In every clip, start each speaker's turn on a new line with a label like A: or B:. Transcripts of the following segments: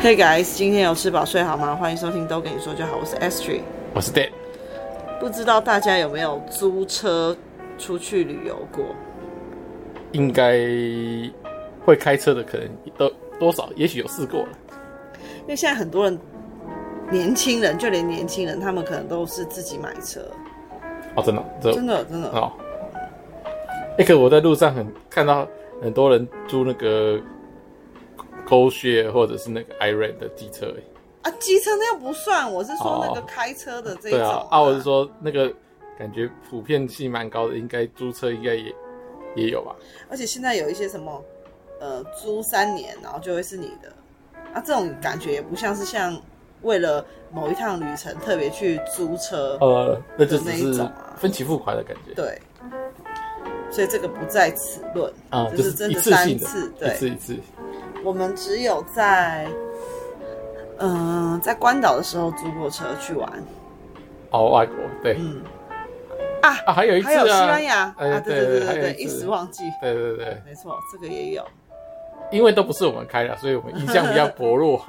A: Hey guys，今天有吃饱睡好吗？欢迎收听都跟你说就好，我是 S Tree。
B: 我是 Dave。
A: 不知道大家有没有租车出去旅游过？
B: 应该会开车的，可能都多少，也许有试过了。
A: 因为现在很多人，年轻人就连年轻人，他们可能都是自己买车，
B: 哦，真的，这
A: 真的真的。
B: 哦。那个我在路上很看到很多人租那个 GoShare 或者是那个 iRent 的机车、欸，
A: 啊，机车那又不算，我是说那个
B: 哦
A: 开车的这一
B: 对
A: 种
B: 啊，啊，我是说那个感觉普遍性蛮高的，应该租车应该也也有吧？
A: 而且现在有一些什么，呃，租三年然后就会是你的，啊，这种感觉也不像是像为了某一趟旅程特别去租车，
B: 呃，那就只
A: 有那一
B: 是
A: 种啊
B: 分期付款的感觉，
A: 对，所以这个不在此论
B: 啊，
A: 这
B: 就是
A: 真
B: 是一
A: 的
B: 次
A: 单
B: 性的
A: 次，
B: 一
A: 对，
B: 次一次，
A: 我们只有在，嗯、在关岛的时候租过车去玩
B: 哦，外国对，
A: 嗯啊
B: 啊啊，还有一次
A: 还有西
B: 啊
A: 班，牙、
B: 哎
A: 啊，对
B: 对
A: 对
B: 还有
A: 对，
B: 一
A: 一
B: 次
A: 时忘记，
B: 对对对。
A: 没错，这个也有。
B: 因为都不是我们开的，所以我们印象比较 薄弱，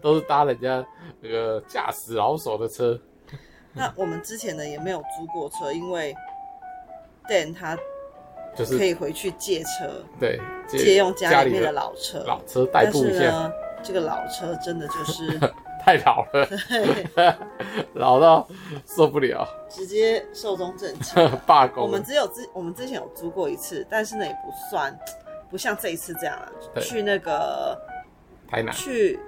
B: 都是搭人家那个驾驶老手的车。嗯
A: 那我们之前呢也没有租过车，因为 Dan 他可
B: 就是
A: 以回去借车，
B: 对
A: 借用家里
B: 里
A: 面的老车。
B: 老车代
A: 但
B: 步
A: 是
B: 一下，
A: 呢，这个老车真的就是
B: 太老了，
A: 嘿
B: 老到受不了，
A: 直接寿终正寝。
B: 罢
A: 我
B: 工
A: 们
B: 了。
A: 只有之我们之前有租过一次，但是呢也不算，不像这一次这样啊。
B: 对
A: 去那个
B: 台南，
A: 去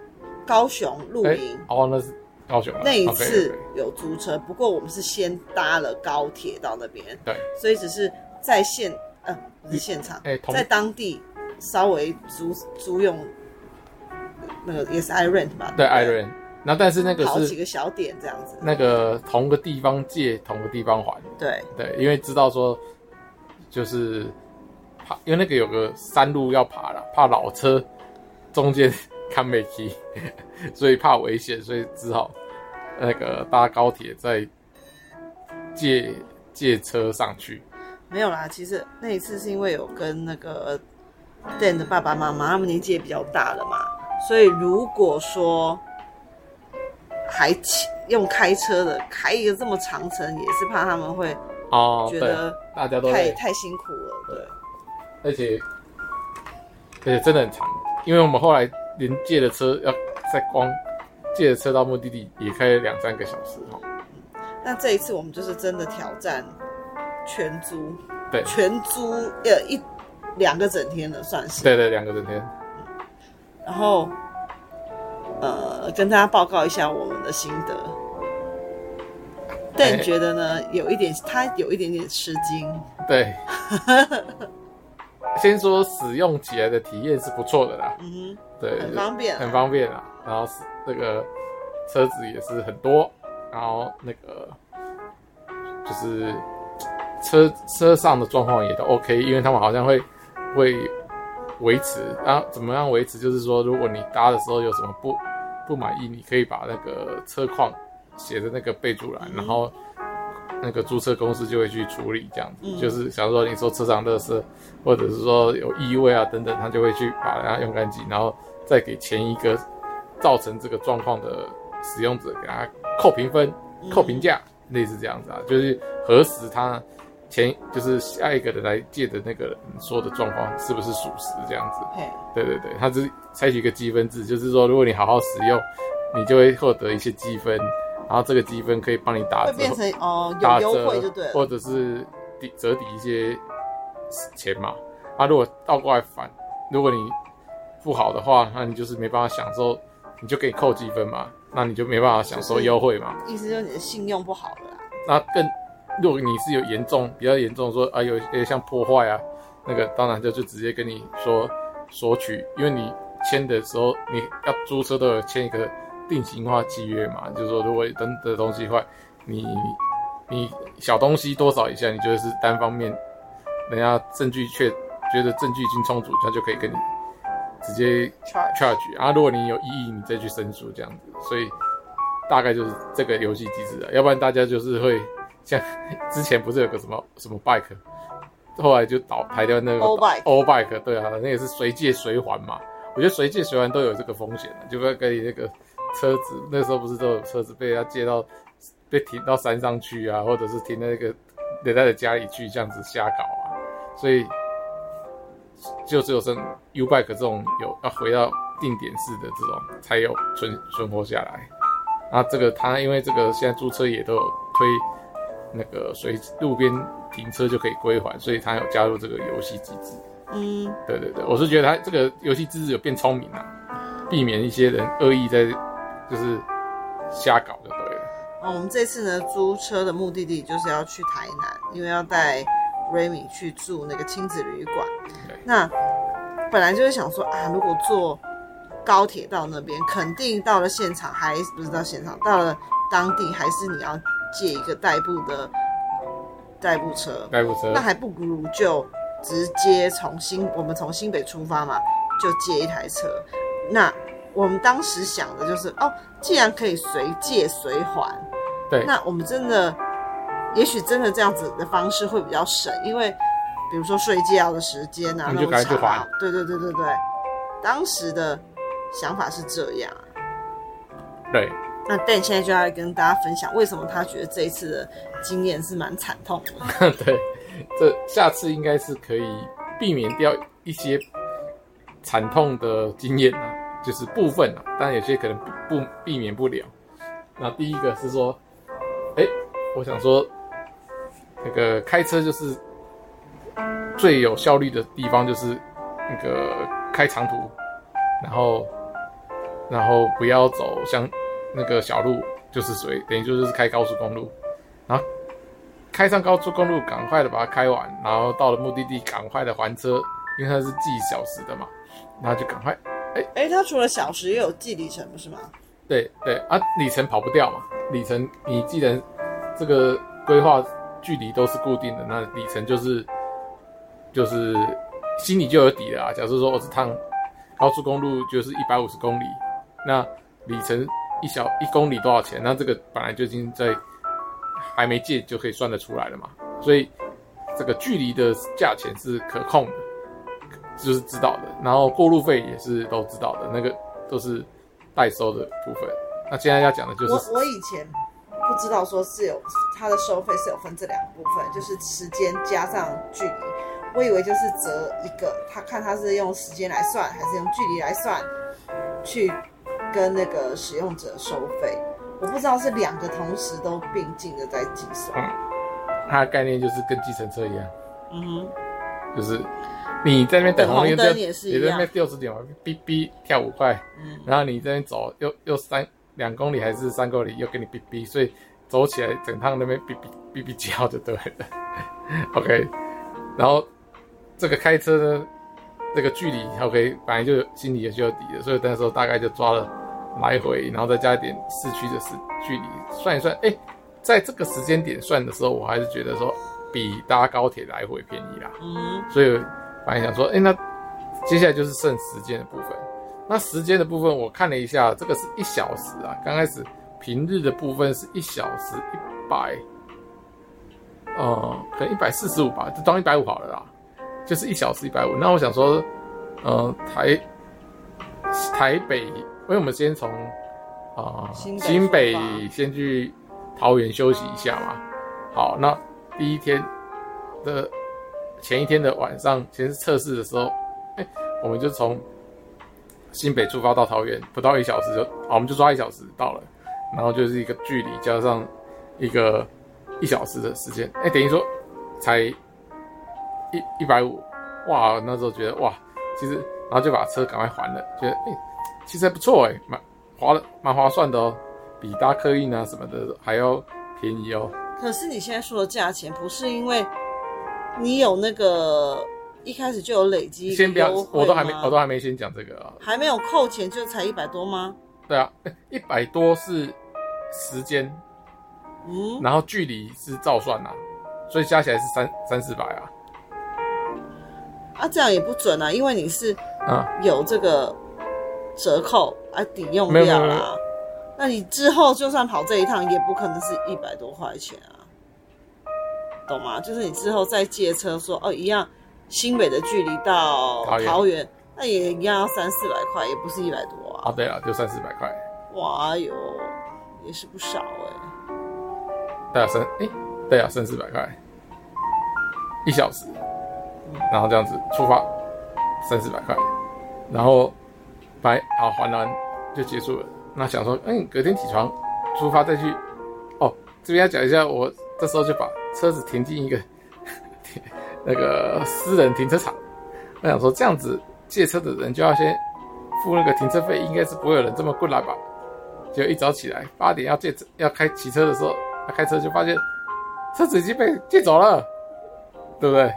A: 高雄露
B: 哎
A: 营、
B: 哦，那是高雄啊
A: 那一
B: OK，OK
A: 次有租车，不过我们是先搭了高铁到那边，
B: 对，
A: 所以只是在现呃不是现场，
B: 哎，同
A: 在当地稍微租租用那个也是 i rent 吧，
B: 对
A: 不
B: i r o n 然后但是那个
A: 跑几
B: 是
A: 个小点这样子，
B: 那个同个地方借，同个地方还。
A: 对
B: 对，因为知道说就是怕，因为那个有个山路要爬了，怕老车中间看没起， 所以怕危险，所以只好那个搭高铁再借借车上去。
A: 没有啦。其实那一次是因为有跟那个 Dan 的爸爸妈妈，他们年纪也比较大了嘛，所以如果说还骑用开车的开一个这么长程，也是怕他们会
B: 哦，
A: 觉
B: 对，
A: 得
B: 大家都
A: 太
B: 累，
A: 太辛苦了，对。
B: 而且而且真的很长，因为我们后来连借的车要再光借的车到目的地也开了两三个小时哦。
A: 那这一次我们就是真的挑战全租，
B: 对
A: 全租呃一两个整天的算是。
B: 对对，两个整天。
A: 然后呃，跟大家报告一下我们的心得。但
B: 哎
A: 觉得呢，有一点他有一点点吃惊，
B: 对， 先说使用起来的体验是不错的啦，
A: 嗯
B: 对，
A: 哼，很方便啊，
B: 很方便啦。然后是那个车子也是很多，然后那个就是车车上的状况也都 OK，因为他们好像会会维持，然后怎么样维持？就是说，如果你搭的时候有什么不不满意，你可以把那个车况写在那个备注栏，然后那个租车公司就会去处理，这样子。
A: 嗯
B: 就是想说，你说车上垃圾，或者是说有异味啊等等，他就会去把它用干净，然后再给前一个造成这个状况的使用者给他扣评分、扣评价，类似这样子啊，就是核实他。前就是下一个人来借的那个人说的状况是不是属实这样子？
A: 嘿，
B: 对对对，它只是采取一个积分制，就是说，如果你好好使用，你就会获得一些积分，然后这个积分可以帮你打
A: 会
B: 折
A: 变，成哦有
B: 打
A: 优惠
B: 折
A: 就对了，
B: 或者是抵折抵一些钱嘛。啊，如果倒过来反，如果你不好的话，那你就是没办法享受，你就给你扣积分嘛，那你就没办法享受优惠嘛。
A: 意思就是你的信用不好了啊啦，
B: 那更，如果你是有严重、比较严重的说啊，有一些像破坏啊，那个当然就就直接跟你说索取，因为你签的时候你要租车都有签一个定型化契约嘛，就是说如果真的东西坏，你你小东西多少以下，你就是单方面，人家证据确觉得证据已经充足，他就可以跟你直接
A: Charge
B: charge 啊，如果你有异议，你再去申诉这样子，所以大概就是这个游戏机制啊，要不然大家就是会像 之前不是有个什么什么 bike，后来就倒台掉那个
A: Old bike
B: o bike，对啊，那也是随借随还嘛。我觉得谁借谁还都有这个风险的，就跟跟你那个车子，那时候不是都有车子被人家借到，被停到山上去啊，或者是停在那个人家的家里去这样子瞎搞啊，所以就只有剩 U bike 这种有要回到定点式的这种才有存存活下来。啊，这个他因为这个现在租车也都有推那个随路边停车就可以归还，所以他有加入这个游戏机制。
A: 嗯，
B: 对对对，我是觉得他这个游戏机制有变聪明了、啊避免一些人恶意在就是瞎搞就对了。
A: 哦，我们这次呢租车的目的地就是要去台南，因为要带 Remy 去住那个亲子旅馆。
B: 对，
A: 那本来就是想说啊，如果坐高铁到那边，肯定到了现场还不是到现场，到了当地还是你要借一个代步的代步车，
B: 代步车
A: 那还不如就直接从新我们从新北出发嘛，就借一台车。那我们当时想的就是，哦，既然可以随借随还，
B: 对
A: 那我们真的，也许真的这样子的方式会比较省，因为比如说睡觉的时间啊，
B: 你
A: 那
B: 就
A: 种
B: 赶快去
A: 长啊
B: 还
A: 对对对对对，当时的想法是这样啊。
B: 对，
A: 那 Dan 现在就要来跟大家分享，为什么他觉得这一次的经验是蛮惨痛的。
B: 对，这下次应该是可以避免掉一些惨痛的经验啊，就是部分啊，但有些可能不避免不了。那第一个是说，哎，我想说，那个开车就是最有效率的地方，就是那个开长途，然后然后不要走像那个小路，就是所以等于就是开高速公路，然后开上高速公路，赶快的把它开完，然后到了目的地，赶快的还车，因为它是计小时的嘛，然后就赶快，
A: 哎、他除了小时也有记里程，不是吗？
B: 对对啊，里程跑不掉嘛，里程你既然这个规划距离都是固定的，那里程就是就是心里就有底了啊。假设说我这趟高速公路就是一百五十公里，那里程一小一公里多少钱？那这个本来就已经在还没借就可以算得出来了嘛，所以这个距离的价钱是可控的，就是知道的。然后过路费也是都知道的，那个都是代收的部分。那现在要讲的就
A: 我
B: 是
A: 我以前不知道说是有它的收费是有分这两个部分，就是时间加上距离。我以为就是折一个，他看他是用时间来算还是用距离来算，去跟那个使用者收费。我不知道是两个同时都并进的在计算。
B: 它的概念就是跟计程车一样，
A: 嗯哼，
B: 就是你在那边等
A: 等红
B: 红绿
A: 灯
B: 灯，
A: 也是一
B: 你
A: 样
B: 在那边六十点，哔哔跳五块，
A: 嗯
B: 然后你这边走又又三两公里还是三公里，又给你哔哔，所以走起来整趟那边哔哔哔哔叫就对了。OK，然后这个开车呢，这个距离 OK，本来就有心里也就有底了，所以那时候大概就抓了来回，然后再加一点市区的时距离，算一算，哎，在这个时间点算的时候，我还是觉得说比搭高铁来回便宜啦。
A: 嗯
B: 所以本来想说，哎、那接下来就是剩时间的部分。那时间的部分，我看了一下，这个是一小时啊。刚开始平日的部分是一小时一百，呃，可能一百四十五吧，就当一百五好了啦，就是一小时一百五。那我想说，呃，台台北，因为我们先从啊、呃
A: 新北
B: 新北
A: 出发
B: 先去桃园休息一下嘛。好，那第一天的前一天的晚上，先是测试的时候，哎、我们就从新北出发到桃园，不到一小时就，啊，我们就抓一小时到了，然后就是一个距离加上一个一小时的时间，哎、等于说才一一百五，哇，那时候觉得哇，其实然后就把车赶快还了，觉得哎、其实还不错哎、蛮划了蛮划算的哦，比搭客运啊什么的还要便宜哦，
A: 可是你现在说的价钱，不是因为你有那个一开始就有累积一个
B: 先不要
A: 优，惠
B: 我都还没
A: 吗
B: 我都还没先讲这个啊，
A: 还没有扣钱就才一百多吗？
B: 对啊，一百多是时间，
A: 嗯，
B: 然后距离是照算啊，所以加起来是三三四百啊。
A: 啊，这样也不准啊，因为你是
B: 啊，
A: 有这个折扣啊，抵用
B: 没有没有
A: 掉
B: 没
A: 啦
B: 有。
A: 那你之后就算跑这一趟，也不可能是一百多块钱啊，懂吗？就是你之后再借车说哦，一样新北的距离到
B: 桃园
A: 桃园，那也一样要三四百块，也不是一百多啊。
B: 哦，对了，就三四百块，
A: 哇哟，也是不少哎、
B: 对啊，三诶，对啊，三四百块，一小时，然后这样子出发，三四百块，然后白好还完就结束了。那想说，嗯，隔天起床出发再去。哦，这边要讲一下，我这时候就把车子停进一个 停那个私人停车场。我想说，这样子借车的人就要先付那个停车费，应该是不会有人这么过来吧？就一早起来八点要借车要开骑车的时候，要开车就发现车子已经被借走了，对不对？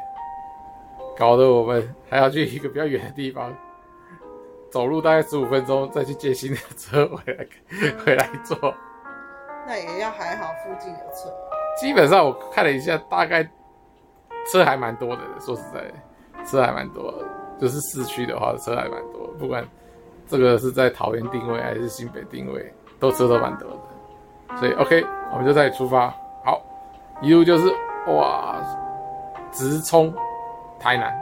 B: 搞得我们还要去一个比较远的地方，走路大概十五分钟再去借新的车回来回来坐。
A: 那也要还好附近有车。
B: 基本上我看了一下，大概车还蛮多的。说实在的，车还蛮多的，就是市区的话，车还蛮多。不管这个是在桃园定位还是新北定位，都车都蛮多的。所以 OK，我们就再出发。好，一路就是哇，直冲台南，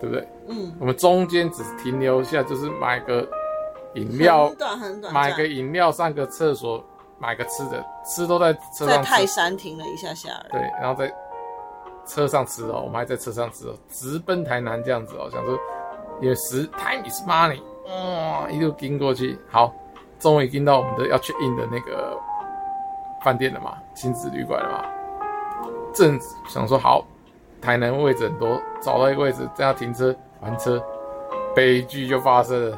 B: 对不对？
A: 嗯，
B: 我们中间只停留一下，就是买个饮料
A: 很，短很短，
B: 买个饮料，上个厕所，买个吃的，吃都在车
A: 在
B: 上
A: 泰
B: 吃。
A: 山停了一下下而已。
B: 对，然后在车上吃哦，我们还在车上吃哦，直奔台南这样子哦，想说因为时 time is money，哇、一路跟过去，好，终于跟到我们的要 check in 的那个饭店了嘛，亲子旅馆了嘛，正想说好，台南位置很多，找到一个位置，这样停车还车，悲剧就发生了，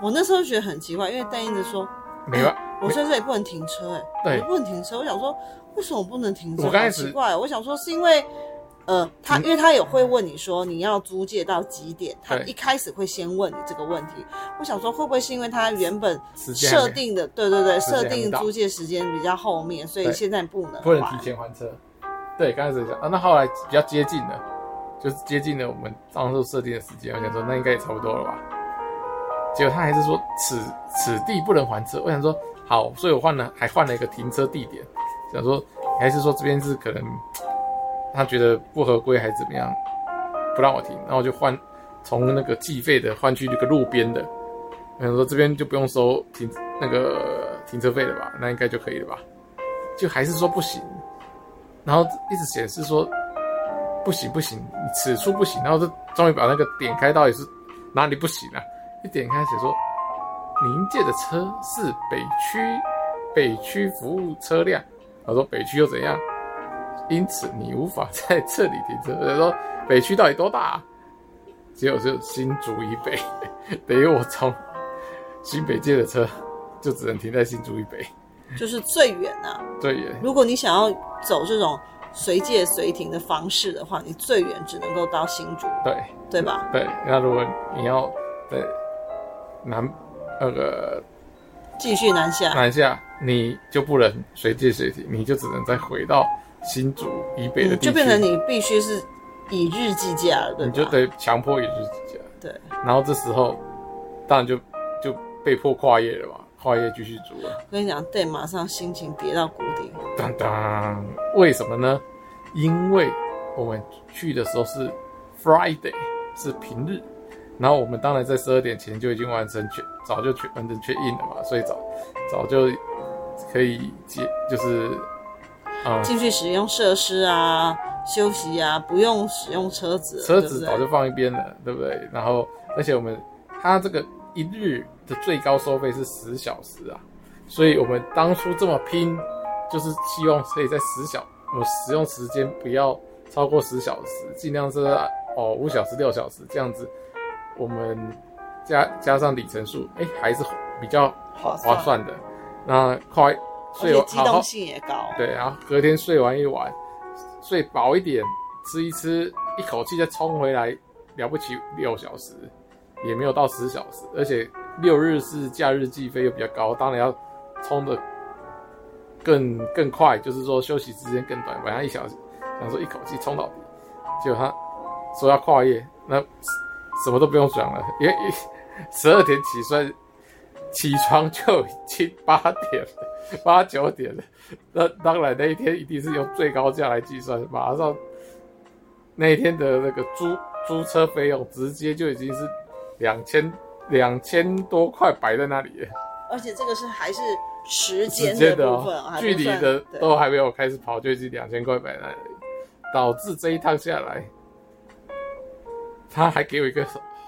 A: 我那时候觉得很奇怪，因为戴燕子说，
B: 没办
A: 啊我在这里不能停车、哎，我
B: 对
A: 就不能停车。我想说，为什么不能停车？
B: 我刚开
A: 好
B: 始嗯
A: 奇怪，我想说是因为，呃，他因为他也会问你说你要租借到几点，他
B: 对
A: 一开始会先问你这个问题。我想说会不会是因为他原本
B: 时间还没
A: 设定的，对对对，
B: 时间还
A: 设
B: 没
A: 定
B: 到
A: 租借时间比较后面，所以
B: 对
A: 现在不能
B: 不能
A: 还
B: 提前还车。对，刚开始讲啊，那后来比较接近了，就是接近了我们当初设定的时间。我想说，那应该也差不多了吧。结果他还是说此此地不能还车。我想说，好，所以我换了，还换了一个停车地点，想说还是说这边是可能他觉得不合规还是怎么样，不让我停，然后我就换从那个计费的换去那个路边的。我想说这边就不用收停那个停车费了吧，那应该就可以了吧。就还是说不行，然后一直显示说不行不行，你此处不行，然后就终于把那个点开到底是哪里不行啊？一点开写说您借的车是北区北区服务车辆，我说北区又怎样？因此你无法在这里停车。我说北区到底多大、啊？结果就新竹以北，等于我从新北借的车就只能停在新竹以北，
A: 就是最远啊。
B: 对耶。
A: 如果你想要走这种随借随停的方式的话，你最远只能够到新竹，
B: 对，
A: 对吧？
B: 对，那如果你要在南那个
A: 继续南下。
B: 南下，你就不能随借随停，你就只能再回到新竹以北的
A: 嗯，
B: 地区，
A: 就变成你必须是以日计价了，对吧？
B: 你就得强迫一日之家。
A: 对
B: 然后这时候，当然就就被迫跨越了嘛，跨越继续租了。
A: 我跟你讲对，马上心情跌到谷底。
B: 当当，为什么呢？因为我们去的时候是 Friday，是平日，然后我们当然在十二点前就已经完成确，早就确完成确印了嘛，所以早早就可以接，就是啊、
A: 进去使用设施啊，休息啊，不用使用车子了，
B: 车子
A: 对
B: 早
A: 不对
B: 就放一边了，对不对？然后而且我们它这个一日的最高收费是十小时啊，所以我们当初这么拼，就是希望可以在十小，我使用时间不要超过十小时，尽量是哦五小时六小时这样子，我们加加上里程数，哎，还是比较
A: 划
B: 划
A: 算，
B: 算的。那快
A: 而
B: 睡
A: 且
B: 完
A: 机
B: 好好
A: 动性也高。
B: 对，然后隔天睡完一晚，睡饱一点，吃一吃，一口气再冲回来，了不起六小时，也没有到十小时，而且六日是假日计费又比较高，当然要冲的更更快，就是说休息时间更短，晚上一小时，想说一口气冲到底，结果他说要跨越，那什么都不用想了，因为十二点起算。起床就已经八点了，八九点了，那当然那一天一定是用最高价来计算，马上那一天的那个租租车费用直接就已经是两千两千多块摆在那里耶，
A: 而且这个是还是时
B: 直
A: 间
B: 接的
A: 部分，
B: 哦，
A: 还不
B: 距
A: 算
B: 离的
A: 对
B: 都还没有开始跑，就已经两千块摆在那里，导致这一趟下来，他还给我一个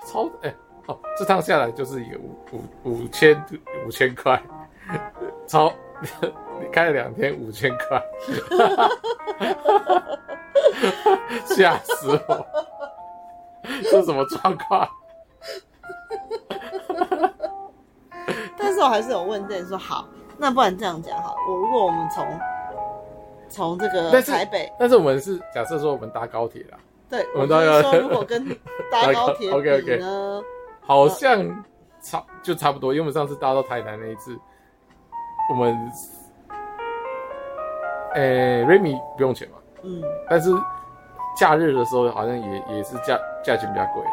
B: 超哎、哦，这趟下来就是一个五五五千五千 块，超 开了两天五千块， 吓死我！这什么状况？
A: 但是我还是有问店说好，那不然这样讲好了，我如果我们从从这个
B: 但是
A: 台北，
B: 但是我们是假设说我们搭高铁啦，
A: 对，我
B: 我们大
A: 就是
B: 概
A: 说如果 跟搭高铁
B: OK，OK
A: 比呢，
B: 好像差就差不多，因为我们上次搭到台南那一次，我们，诶、瑞米不用钱嘛，
A: 嗯，
B: 但是假日的时候好像也也是价价钱比较贵啦，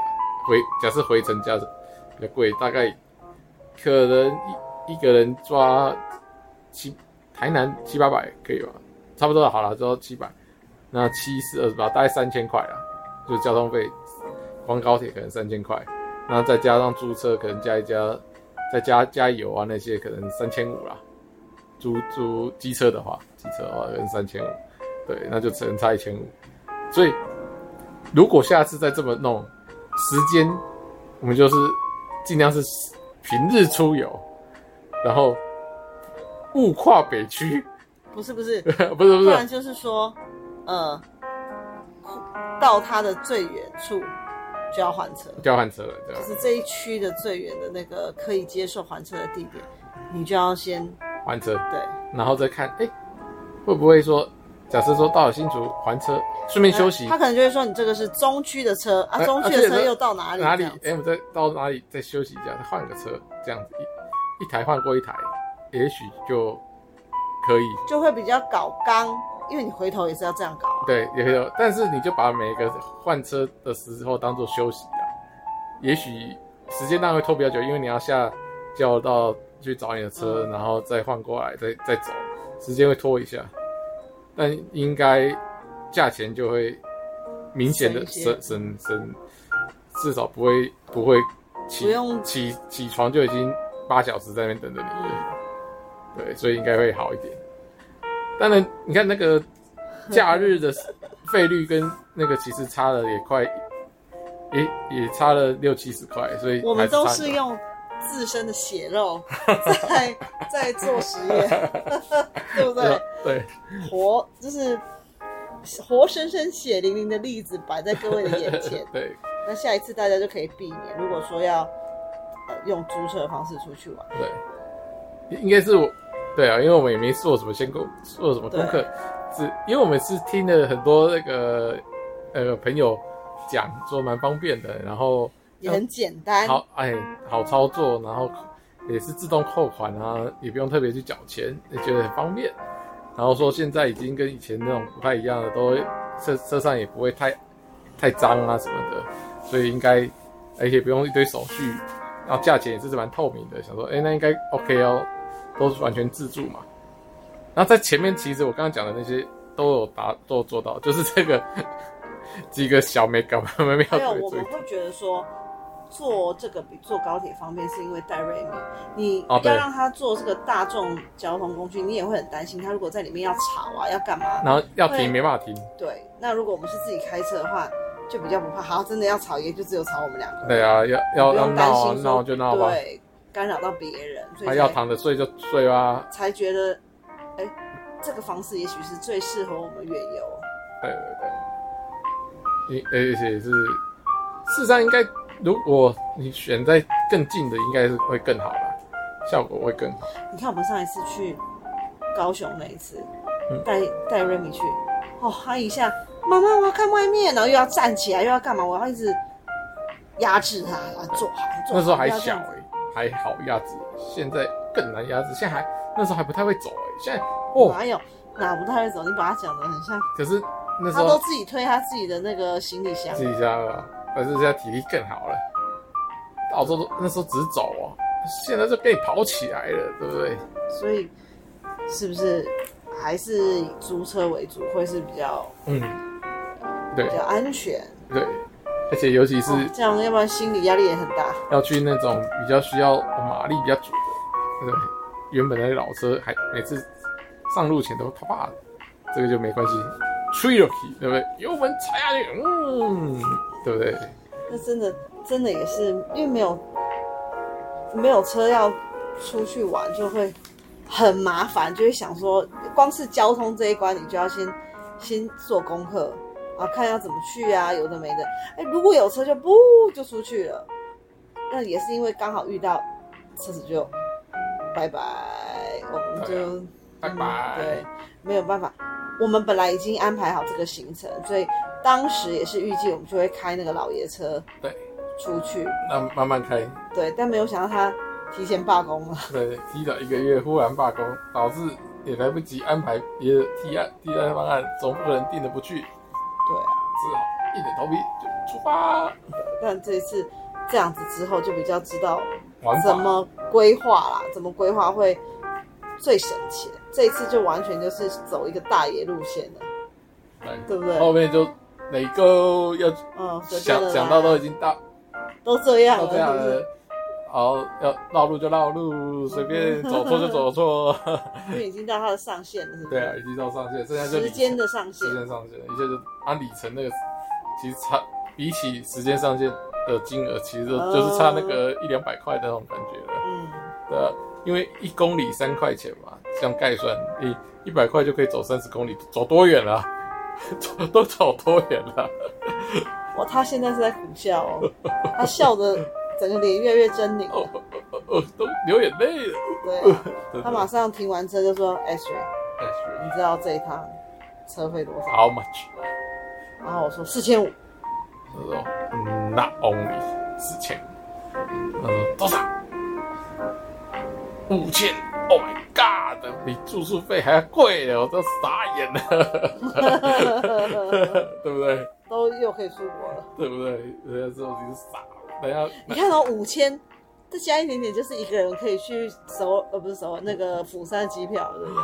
B: 回假设回程价比较贵，大概可能一一个人抓七台南七八百可以吧，差不多了好了，抓七百，那七是二十八，大概三千块啦，就是交通费，光高铁可能三千块，然后再加上租车，可能加一加，再加加油啊那些，可能三千五啦。租租机车的话，机车的话可能三千五，对，那就只能差一千五。所以如果下次再这么弄，时间我们就是尽量是平日出游，然后勿跨北区，
A: 不是不是，
B: 不是不
A: 不然
B: 是，
A: 就是说，呃，到它的最远处就要还车，
B: 交换车了，对吧
A: 就？是这一区的最远的那个可以接受还车的地点，你就要先
B: 换车，
A: 对，
B: 然后再看，哎、会不会说，假设说到了新竹还车，顺便休息
A: 他，可能就会说你这个是中区的车啊，
B: 哎
A: 中区
B: 啊
A: 的
B: 这
A: 车
B: 个
A: 又到哪里？
B: 哪里
A: 这样？
B: 哎、
A: 子
B: 我再到哪里再休息一下，再换个车，这样子一一台换过一台，也许就可以
A: 就会比较搞刚，因为你回头也是要这样搞啊。
B: 对，也有，但是你就把每个换车的时候当做休息啊，也许时间当然会拖比较久，因为你要下叫到去找你的车，
A: 嗯
B: 然后再换过来，再再走，时间会拖一下，但应该价钱就会明显的
A: 省一
B: 省
A: 些
B: 省省，至少不会不会起
A: 不用
B: 起起床就已经八小时在那边等着你了，
A: 嗯
B: 对，所以应该会好一点。当然，你看那个假日的费率跟那个其实差了也快，也也差了六七十块，所以
A: 我
B: 还
A: 们都
B: 差
A: 是
B: 很多
A: 用自身的血肉在在做实验， 对不对？
B: 对。
A: 活就是活生生血淋淋的例子摆在各位的眼前
B: 对
A: 那下一次大家就可以避免，如果说要呃用租车的方式出去玩，
B: 对，应应该是我对啊，因为我们也没做什么先功做什么功课，只因为我们是听了很多那个呃朋友讲说蛮方便的，然后
A: 也很简单。
B: 好哎好操作，然后也是自动扣款啊，也不用特别去缴钱，也觉得很方便。然后说现在已经跟以前那种不太一样了，都会车车上也不会太太脏啊什么的，所以应该而且不用一堆手续，然后价钱也是蛮透明的。想说，哎，那应该 OK 哦，都是完全自助嘛。然后在前面，其实我刚刚讲的那些都有达都有做到，就是这个 几个小美感，我们没有
A: 还有
B: 特别
A: 我
B: 注意
A: 们会觉得说，坐这个比坐高铁方便，是因为戴瑞敏，你
B: 哦
A: 要
B: 对
A: 让他坐这个大众交通工具，你也会很担心他如果在里面要吵啊，要干嘛？
B: 然后要
A: 对
B: 停没办法停。
A: 对，那如果我们是自己开车的话，就比较不怕。好，真的要吵，也就只有吵我们两个人，
B: 对啊，要要
A: 不
B: 要
A: 用担
B: 闹啊
A: 心说
B: 闹就闹吧，
A: 对，干扰到别人，所
B: 他
A: 以
B: 要
A: 才
B: 躺着睡就睡啊吧。
A: 才觉得，哎、这个方式也许是最适合我们远游。
B: 对对对，你而且是，事实上应该，如果你选在更近的，应该是会更好啦，效果会更好。
A: 你看我们上一次去高雄那一次
B: 嗯，
A: 带带瑞米去，哦，他一下妈妈我要看外面，然后又要站起来又要干嘛，我要一直压制他，然后坐好。坐好
B: 那时候还
A: 不要这
B: 小
A: 样
B: 哎、还好压制，现在更难压制。现在还那时候还不太会走哎、现在
A: 子
B: 哦，
A: 哪有哪不太会走？你把他讲的很像，
B: 可是那时
A: 他都
B: 候
A: 自己推他自己的那个行李箱
B: 自，己家了，但是现在体力更好了。澳洲都那时候只走哦，现在就可以跑起来了，对不对？
A: 所以是不是还是以租车为主会是比较
B: 嗯，对
A: 比较安全？
B: 对，而且尤其是
A: 哦这样要不然心理压力也很大。
B: 要去那种比较需要马力比较足的，那种原本的老车还每次上路前都啪啪的，这个就没关系。吹了皮，对不对？油门踩下去，嗯，对不对？
A: 那真的真的也是因为没有没有车要出去玩，就会很麻烦，就会想说，光是交通这一关，你就要先先做功课啊，看要怎么去啊，有的没的。哎，如果有车就不就出去了，那也是因为刚好遇到车子就拜拜，我们就。
B: 拜拜。
A: 嗯对，没有办法，我们本来已经安排好这个行程，所以当时也是预计我们就会开那个老爷车
B: 对，
A: 出去，
B: 那慢慢开。
A: 对，但没有想到他提前罢工了。
B: 对，提早一个月忽然罢工，导致也来不及安排别的提案提案方案，总不能定的不去，只
A: 对啊，
B: 好硬着头皮就出发。
A: 但这一次这样子之后，就比较知道
B: 玩
A: 怎
B: 法
A: 么规划啦，怎么规划会最省钱。这一次就完全就是走一个大爷路线了，
B: 对，
A: 对不对？
B: 后面就哪个要
A: 嗯，随便
B: 哦想
A: 了啦
B: 想到都已经大
A: 都这样
B: 到
A: 了，
B: 这样
A: 是不是
B: 了，好要绕路就绕路，随 便走错就走错。
A: 因为已经到它的上限了，是不是？
B: 对啊，已经到上限，剩下就
A: 时
B: 里
A: 间的上限
B: 时。间上限，一下就按里程那个，其实差比起时间上限的金额，其实就
A: 哦
B: 就是差那个一两百块的那种感觉了。
A: 嗯，
B: 对啊，因为一公里三块钱嘛，这样概算，你一百块就可以走三十公里，走多远了、 走都走多远了、
A: 哇，他现在是在苦笑哦，他笑的整个脸越来越狰狞
B: 哦
A: 了。
B: 哦哦哦，都流眼泪了。
A: 对啊、他 马上停完车就说 s h 你
B: That's
A: 知道这一趟车费多少？
B: How much？
A: 然后我说四千五，
B: 他说嗯 Not only 四千，他说多少？五千！Oh my god！比住宿费还要贵了，我都傻眼了， 对不对？
A: 都又可以出国了。
B: 对不对？人家说你是傻，人家
A: 你看哦，五千再加一点点，就是一个人可以去首尔呃不是首尔那个釜山的机票，对不对？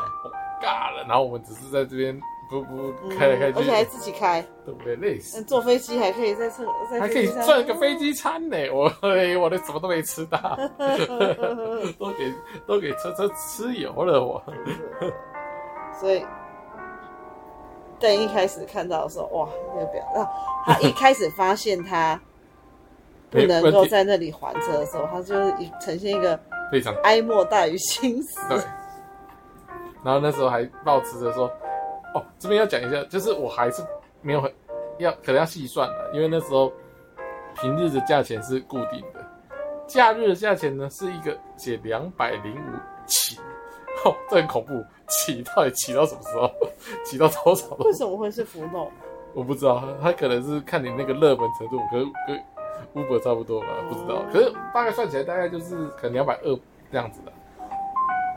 B: 尬了，然后我们只是在这边不不
A: 嗯
B: 开来开
A: 而且还
B: 去，
A: 自己开，
B: 对不对？累死
A: 嗯，坐飞机还可以在车在
B: 还可
A: 飞
B: 以
A: 机上
B: 赚个飞机餐呢，我哎我的什么都没吃到， 都给都给车车吃油了我。
A: 所以邓一开始看到的时候，哇，那个表，啊，他一开始发现他不
B: 没
A: 能
B: 问
A: 够
B: 题
A: 在那里还车的时候，他就是一呈现一个
B: 非常
A: 哀莫大于心死。
B: 对。然后那时候还抱持着说，哦，这边要讲一下，就是我还是没有很要可能要细算的，因为那时候平日的价钱是固定的，假日的价钱呢是一个写两百零五起，哦，这很恐怖，起到底起到什么时候？起到多少都
A: 为什么会是福弄？
B: 我不知道，他可能是看你那个热门程度，可能跟 Uber 差不多吧，不知道。可是大概算起来，大概就是可能两百二这样子的，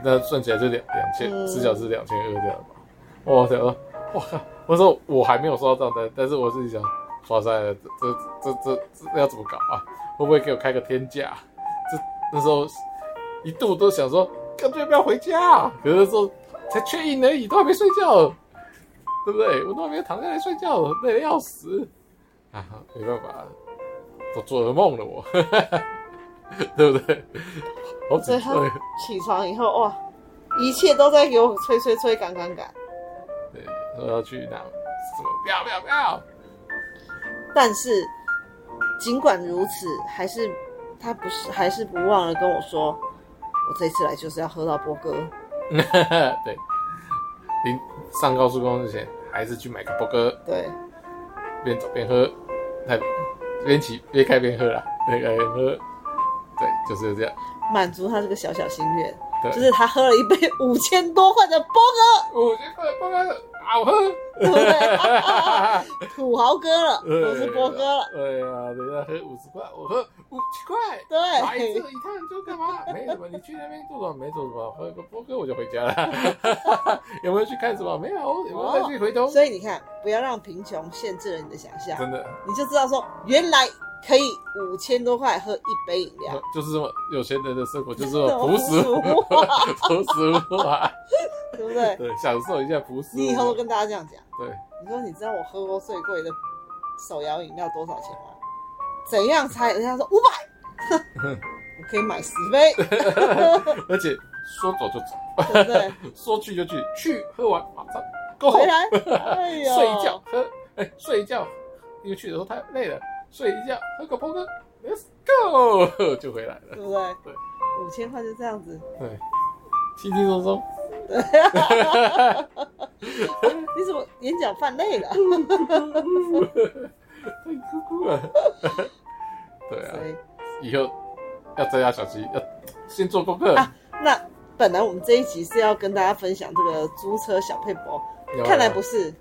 B: 那算起来就两两
A: 嗯
B: 千四小时两千二这样吧。我想说，我靠！我说我还没有收到账单，但是我自己想，哇塞，这这这这这要怎么搞啊？会不会给我开个天价？这那时候一度都想说，干脆不要回家、啊可是那时候才确认而已，都还没睡觉。对不对？我都还没躺下来睡觉，累得要死啊！没办法，都做噩梦了我， 对不对？好
A: 所
B: 紧
A: 以他
B: 张，
A: 起床以后，哇，一切都在给我催催催赶赶赶。
B: 对，我要去哪？什么？不要不要不要！
A: 但是尽管如此，还是他不是还是不忘了跟我说，我这次来就是要喝到波哥。
B: 对，临上高速公路之前，还是去买个波哥，
A: 对，
B: 边走边喝，还边骑边开边喝啦，那个喝，对，就是这样。
A: 满足他这个小小心愿。
B: 对，
A: 就是他喝了一杯五千多块的波哥，
B: 我觉得波哥好喝。
A: 对不对？ 土豪哥了，
B: 对
A: 我是波哥了，
B: 对啊，人家喝五十块，我喝五十块。来这一
A: 对，
B: 趟就干嘛？没什么，你去那边做什么？没做什么，喝个波哥我就回家了。有没有去看什么？没有，有没有再去回头？
A: 所以你看，不要让贫穷限制了你的想象，
B: 真的，
A: 你就知道说，原来可以五千多块喝一杯饮料，
B: 就是这么有钱人的生活，就是这么朴实
A: 朴实无华
B: 朴实无华。
A: 对不对？
B: 对，享受一下朴实
A: 你以
B: 无
A: 后都
B: 华。
A: 跟大家这样讲，
B: 对，
A: 你说你知道我喝过最贵的手摇饮料多少钱吗？怎样才？人家说五百，我可以买十杯，
B: 而且说走就
A: 对不
B: 走，
A: 对？
B: 说去就去，去喝完马上 go
A: 回
B: home，
A: 来，哎呦，
B: 睡一觉，喝，哎，睡一觉，因为去的时候太累了，睡一觉，喝个碰个，let's go 就回来了
A: 对，不对？
B: 对
A: 五千块就这样子，
B: 对，轻轻松松，
A: 你怎么眼角泛泪了？
B: 太酷酷了，对啊
A: 所，以
B: 以后要在家小心，要先做功课，
A: 啊那本来我们这一集是要跟大家分享这个租车小配博，
B: 有啊
A: 看来
B: 有
A: 不是，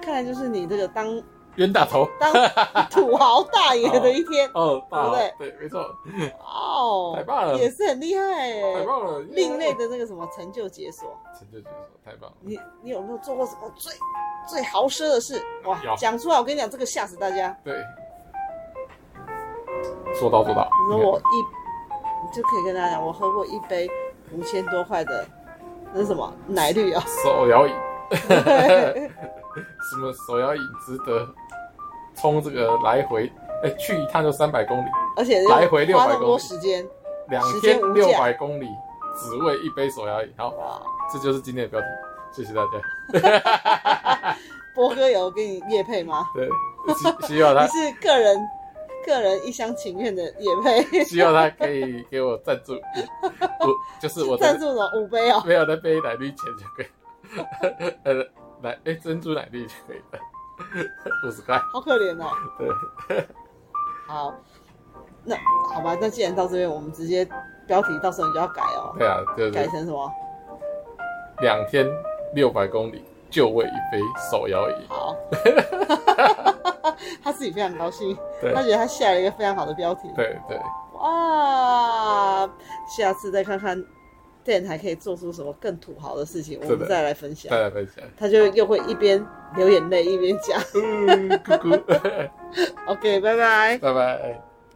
A: 看来就是你这个当
B: 冤大头，
A: 当 土豪大爷的一天
B: 哦，大
A: 对
B: 对，没错，
A: 哦，
B: 太棒了
A: 也是很厉害哎、
B: 太棒了，耶
A: 另类的那个什么成就解锁，
B: 成就解锁，太棒了，
A: 你你有没有做过什么最最豪奢的事？哇
B: 有，
A: 讲出来我跟你讲，这个吓死大家。
B: 对，说到做到，，
A: 你说我一，你就可以跟大家讲，我喝过一杯五千多块的那是什么奶绿啊
B: 手摇椅，什么手摇椅值得冲这个来回，哎，去一趟就三百公里，
A: 而且
B: 来回600
A: 花那么
B: 公
A: 多
B: 里
A: 时间，
B: 两
A: 时
B: 天
A: 间无
B: 六
A: 价
B: 百公里，只为一杯手摇椅。好，
A: 哇！
B: 这就是今天的标题，谢谢大家。
A: 波哥有给你夜配吗？
B: 对，希希望
A: 你
B: 他
A: 是个人个人一厢情愿的夜配，
B: 希望他可以给我赞助，我就是我
A: 赞
B: 的
A: 助了五杯哦。
B: 没有那杯奶绿钱就可以，呃，奶哎、珍珠奶绿就可以了， 五十块。
A: 好可怜哦。
B: 对，
A: 好，那好吧，那既然到这边，我们直接标题到时候你就要改哦，
B: 对啊，就
A: 改
B: 是
A: 成什么？
B: 两天六百公里就为一杯手摇椅。
A: 好，他自己非常高兴，
B: 对
A: 他觉得他下了一个非常好的标题。
B: 对对，
A: 哇，下次再看看电台可以做出什么更土豪的事情，我
B: 是
A: 们
B: 的
A: 再来分享
B: 再。来分享。
A: 他就又会一边流眼泪一边讲
B: 嗯，咕咕，
A: ，OK，拜拜。
B: 拜拜。